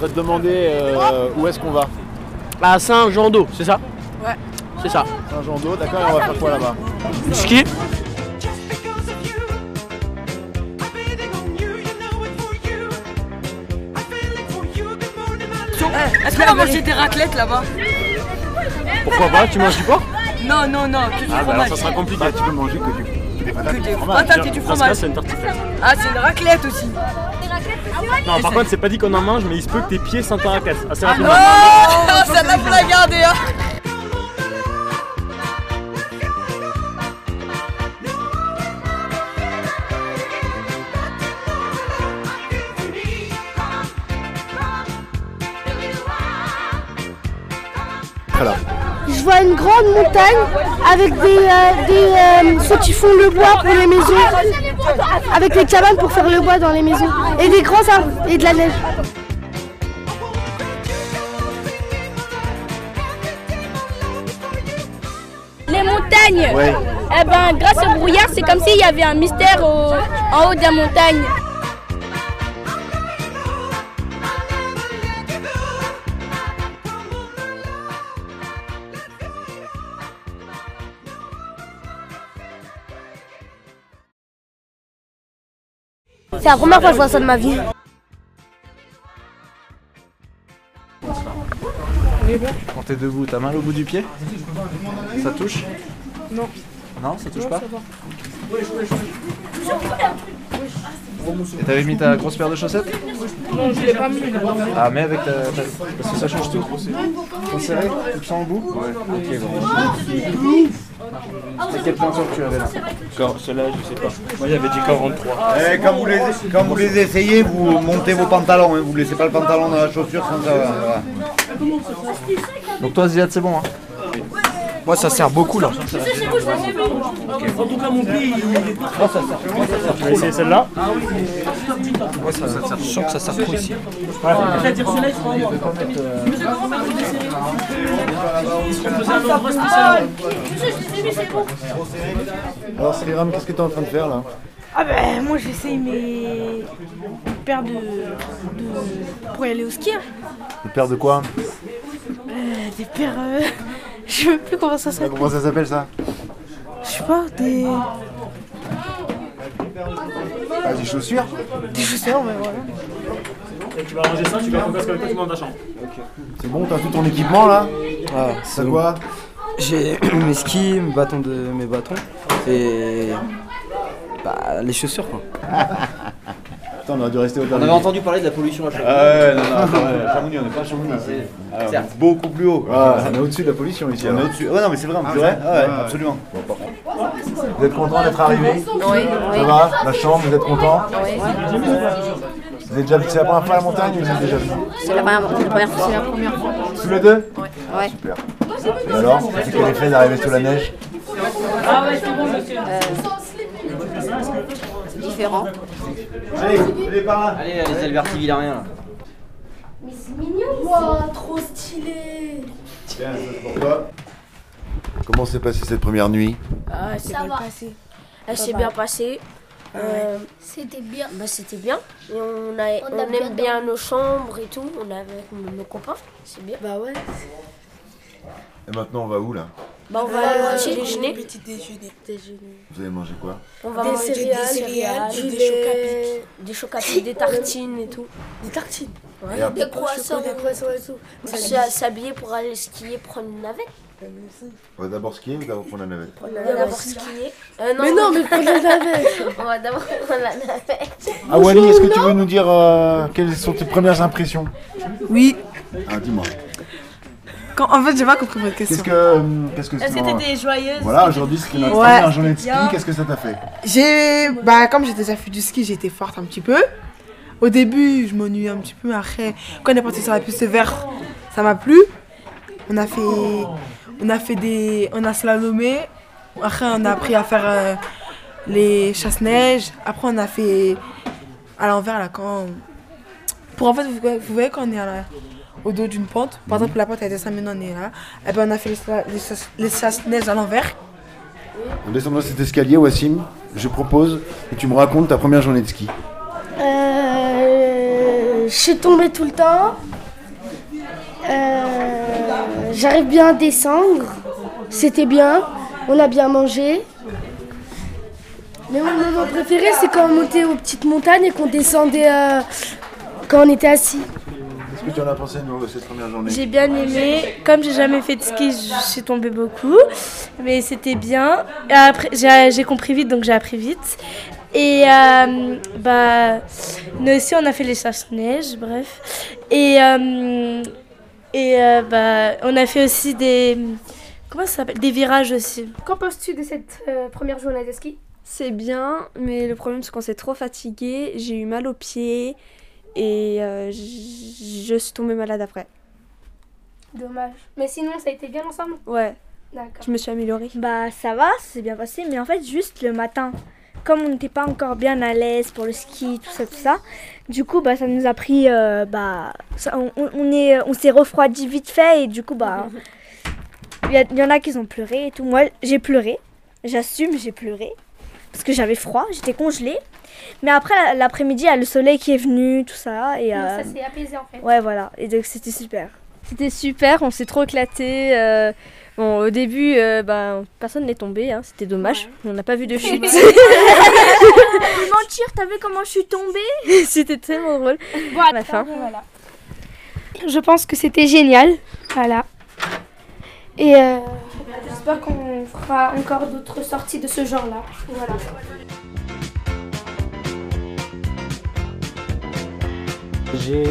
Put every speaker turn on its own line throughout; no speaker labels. va te demander euh, où est-ce qu'on va.
Bah,
À Saint-Jean-d'Eau, c'est ça
Ouais.
C'est ça.
Saint-Jean-d'Eau, d'accord, et on va faire quoi là-bas
Ski
Just because of you, I'm betting on you. You know it for you. I feel it for you. Good morning, my love.
Eh, Est-ce qu'on va manger des raclettes là-bas
Pourquoi
bah,
pas Tu manges du porc
Non, non, non, que du fromage.
compliqué. tu peux manger Bah. que du Ah, des patates
Que
et du
des
fromage.
patates et du
Dans ce cas,
fromage.
c'est une tartiflette.
Ah, c'est une raclette aussi.
Non, par contre, c'est Ah, pas dit qu'on en mange, mais il se peut que tes pieds sentent la raclette. Assez
Oh,
rapidement.
ça n'a pas regardé, hein
Voilà.
Je vois une grande montagne avec des, euh, des, euh, ceux qui font le bois pour les maisons, avec les cabanes pour faire le bois dans les maisons, et des grands arbres et de la neige.
Les montagnes
Ouais.
Eh ben, grâce au brouillard, c'est comme s'il y avait un mystère au- en haut de la montagne.
C'est la première fois que je vois ça de ma vie.
Quand t'es debout, t'as mal au bout du pied Ça touche Non. Non, ça touche pas Et t'avais mis ta grosse paire de chaussettes Non, je l'ai pas mis. Ah, mais avec ta. ta- Parce que ça change tout. T'en serré Tu sens au bout Ouais. Ok,
Ah,
bon. C'est quelle peinture que tu avais là
Celle-là, je sais pas. Moi, il y avait dit 43.
Eh, quand, vous les, quand vous les essayez, vous montez vos pantalons, hein, vous laissez pas le pantalon dans la chaussure sans ça. voilà.
Donc toi, Ziad, c'est bon, hein
Moi, ça sert beaucoup là.
Tu vas essayer celle-là
Je sens que ça sert trop ici.
Alors Sriram, qu'est-ce que t'es en train de faire là
Ah ben moi j'essaye mes paires de... de- pour y aller au ski. hein.
Une paire de quoi
Euh, des paires... euh, Je sais plus comment ça s'appelle.
Comment ça s'appelle ça
Je sais pas, des...
Ah, des chaussures
des chaussures, mais voilà.
Et tu vas ranger ça, tu vas faire avec toi, tu montes ta chambre.
C'est bon, t'as tout ton équipement là Ouais. C'est quoi
J'ai mes skis, mes bâtons de mes bâtons et bah, les chaussures quoi.
Attends, on aurait dû rester au dernier.
entendu parler de la pollution à chaque
Ah ouais, non, non, attends, ouais, Chamonix, on n'est pas à Chamonix. Ah, on est beaucoup plus haut.
Ah, on est au-dessus de la pollution ici.
On est
hein.
au-dessus. Ouais, non, mais c'est vrai, on dirait. Ah ouais, absolument.
Vous êtes content d'être arrivé Oui. Ça va La chambre, vous êtes content Oui. Vous êtes déjà C'est la première fois à la montagne ou vous êtes déjà venu
C'est la première fois.
Tous les deux Ouais. Super. Et alors, c'est Ah quel effet d'arriver sous la neige
Différent.
Allez, allez par là.
Allez les Alberti Villarien là.
Comment s'est passée cette première nuit
Ah c'est bien passé.
Elle s'est Ah, bien passée.
Ah
c'était bien. c'était bien. Et on, a- on aime bien, nos chambres et tout. On est avec nos, nos copains. C'est bien. Bah ouais.
Et maintenant, on va où là
Bah on va aller petit déjeuner.
Petit déjeuner.
Vous allez manger quoi
On va
Des
manger
céréales, du
du
lait,
lait, des chocapics, des tartines et tout.
Des tartines.
Et après-
Des croissants. On s'est s'habiller pour aller skier, prendre une navette.
On va d'abord skier ou d'abord prendre la navette
On va d'abord skier. Euh, non, mais non, mais prendre la navette. on va d'abord prendre la navette.
Ah Wally, est-ce que tu veux nous dire euh, quelles sont tes premières impressions
Oui.
Ah, dis-moi.
Quand... En fait j'ai pas compris votre question.
Qu'est-ce que euh, qu'est-ce que
Est-ce que
non,
t'étais joyeuse
Voilà, aujourd'hui, c'était notre
Ouais.
première journée de ski. Qu'est-ce que ça t'a fait
J'ai, bah, comme j'ai déjà fait du ski, j'ai été forte un petit peu. Au début, je m'ennuyais un petit peu. Après, quand on est parti sur la piste verte, ça m'a plu. On a fait, on a fait des, on a slalomé. Après, on a appris à faire euh, les chasse-neige. Après, on a fait à l'envers là quand, pour en fait, vous, vous voyez quand on est à la- au dos d'une pente. Par exemple, la pente elle descend, maintenant on est là. Et ben, on a fait les, sla- les chasse- les chasse-neige à l'envers.
En descendant cet escalier, Wassim, je propose que tu me racontes ta première journée de ski.
Euh, je suis tombée tout le temps.
Euh, J'arrive bien à descendre. C'était bien. On a bien mangé. Mais mon moment préféré, c'est quand on montait aux petites montagnes et qu'on descendait euh, quand on était assis.
Qu'est-ce que tu en as pensé de cette première journée
J'ai bien aimé. Comme j'ai jamais fait de ski, je suis tombée beaucoup, mais c'était bien. Et Après, j'ai j'ai compris vite, donc j'ai appris vite. Et euh, bah, nous aussi, on a fait les chasse-neige, bref. Et euh, et euh, bah, on a fait aussi des comment ça s'appelle Des virages aussi.
Qu'en penses-tu de cette euh, première journée de ski
C'est bien, mais le problème c'est qu'on s'est trop fatigué, j'ai eu mal aux pieds et euh, j- je suis tombée malade après.
Dommage. Mais sinon, ça a été bien ensemble
Ouais,
D'accord.
je me suis améliorée.
Bah ça va, c'est bien passé, mais en fait juste le matin, comme on n'était pas encore bien à l'aise pour le ski, tout ça, tout ça, du coup bah ça nous a pris, euh, bah ça- on, on- on est, on s'est refroidi vite fait et du coup bah il y, a- il y en a qui ont pleuré et tout. Moi j'ai pleuré, j'assume j'ai pleuré parce que j'avais froid, j'étais congelée. Mais après l'après-midi, il y a le soleil qui est venu, tout ça et
Non,
euh,
Ça s'est apaisé en fait.
ouais voilà et donc c'était super.
C'était super, on s'est trop éclaté. euh, bon, au début, euh, bah, personne n'est tombé, hein, c'était dommage. On n'a pas vu de chute.
mentir, t'as vu comment je suis tombée
c'était tellement drôle.
Voilà.
la fin.
Je pense que c'était génial. Voilà. Et euh, j'espère qu'on fera encore d'autres sorties de ce genre-là. Voilà.
J'ai.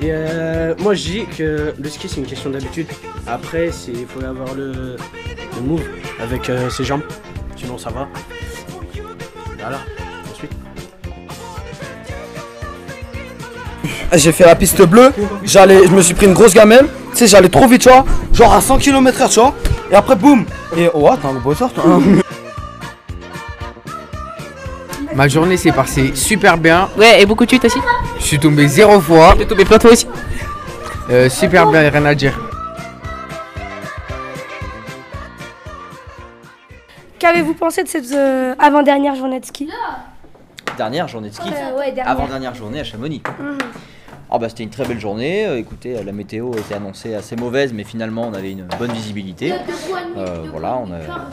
et, euh, moi je dis que le ski c'est une question d'habitude. Après, c'est- il faut avoir le, le move avec euh, ses jambes. Sinon ça va. Voilà. Ensuite.
J'ai fait la piste bleue, j'allais, je me suis pris une grosse gamelle, tu sais, j'allais trop vite, tu vois, genre à 100 km/h, tu vois, et après, boum Et oh, attends, le bosseur, toi hein.
Ma journée s'est passée super bien.
Ouais, et beaucoup de chutes aussi
Je suis tombé zéro fois. T'es tombé plein de fois aussi Super bien, rien à dire.
Qu'avez-vous pensé de cette euh, avant-dernière journée de ski
Dernière journée de ski.
Euh, ouais, dernière.
Avant-dernière journée à Chamonix.
Mhm.
Ah bah c'était une très belle journée. Euh, Écoutez, la météo était annoncée assez mauvaise, mais finalement on avait une bonne visibilité. Euh, voilà, on a-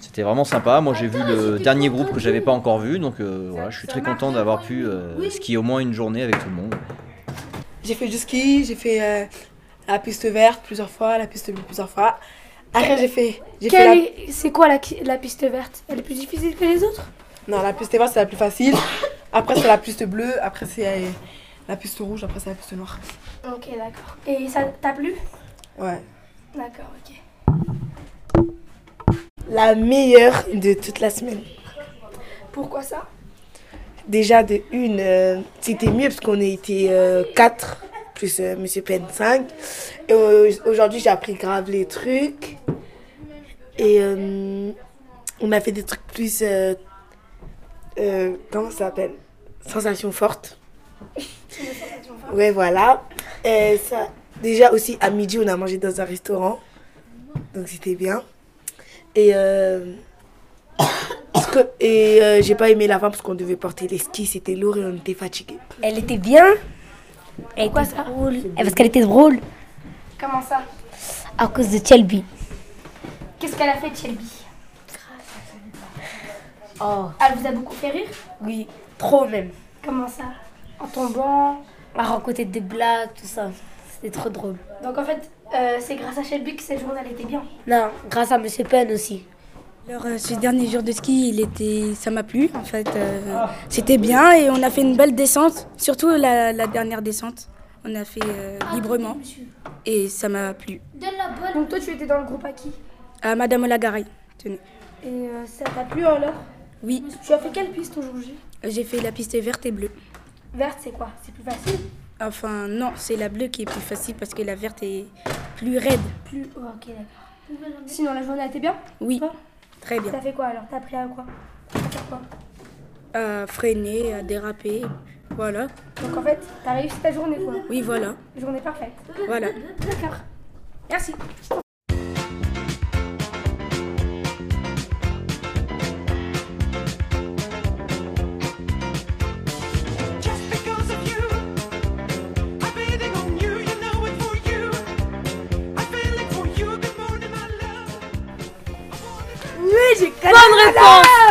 c'était vraiment sympa. Moi j'ai vu le dernier groupe que j'avais pas encore vu, donc euh, voilà, je suis très content d'avoir pu euh, skier au moins une journée avec tout le monde.
J'ai fait du ski, j'ai fait euh, la piste verte plusieurs fois, la piste bleue plusieurs fois. Après, j'ai fait. j'ai fait
Quelle
la-
est- C'est quoi la, qui- la piste verte Elle est plus difficile que les autres
Non, la piste verte, c'est la plus facile. Après, c'est la piste bleue. Après, c'est euh, la piste rouge. Après, c'est la piste noire.
Ok, d'accord. Et ça t'a plu
Ouais.
D'accord, ok.
La meilleure de toute la semaine.
Pourquoi ça
Déjà, de une, euh, c'était mieux parce qu'on a été 4, plus euh, Monsieur Penn 5. Et euh, aujourd'hui, j'ai appris grave les trucs. Et euh, on a fait des trucs plus. euh, euh, comment ça s'appelle Sensation forte. Ouais, voilà. Et ça, déjà aussi, à midi, on a mangé dans un restaurant. Donc, c'était bien. Et. euh, parce que- et euh, j'ai pas aimé la fin parce qu'on devait porter les skis, c'était lourd et on était fatigué.
Elle était bien. Elle était drôle. Eh, Parce qu'elle était drôle
Comment ça
à cause de Shelby.
Qu'est-ce qu'elle a fait de Shelby
Oh,
Elle vous a beaucoup fait rire
oui, trop même.
Comment ça En tombant
À raconter des blagues, tout ça. C'était trop drôle.
Donc en fait, euh, c'est grâce à Shelby que cette journée elle était bien.
Non, grâce à Monsieur Penn aussi.
Alors, euh, ce dernier jour de ski, il était, ça m'a plu en fait. euh, C'était bien et on a fait une belle descente, surtout la, la dernière descente. On a fait euh, librement et ça m'a plu.
Donc toi tu étais dans le groupe à qui
À Madame Lagaray, tenez.
Et euh, ça t'a plu alors
Oui. Euh,
Tu as fait quelle piste aujourd'hui
J'ai fait la piste verte et bleue.
Verte c'est quoi C'est plus facile
Enfin, non, c'est la bleue qui est plus facile parce que la verte est plus raide.
Plus. oh, ok d'accord. Sinon la journée a été bien
Oui,
Ah.
très bien.
T'as fait quoi alors T'as appris à quoi À faire quoi
À freiner, à déraper, euh, voilà.
Donc en fait, t'as réussi ta journée quoi
Oui, voilà.
Journée parfaite.
Voilà.
D'accord. Merci.
Just because of you, I'm betting on you. You know it for you.
j'ai
Bonne réponse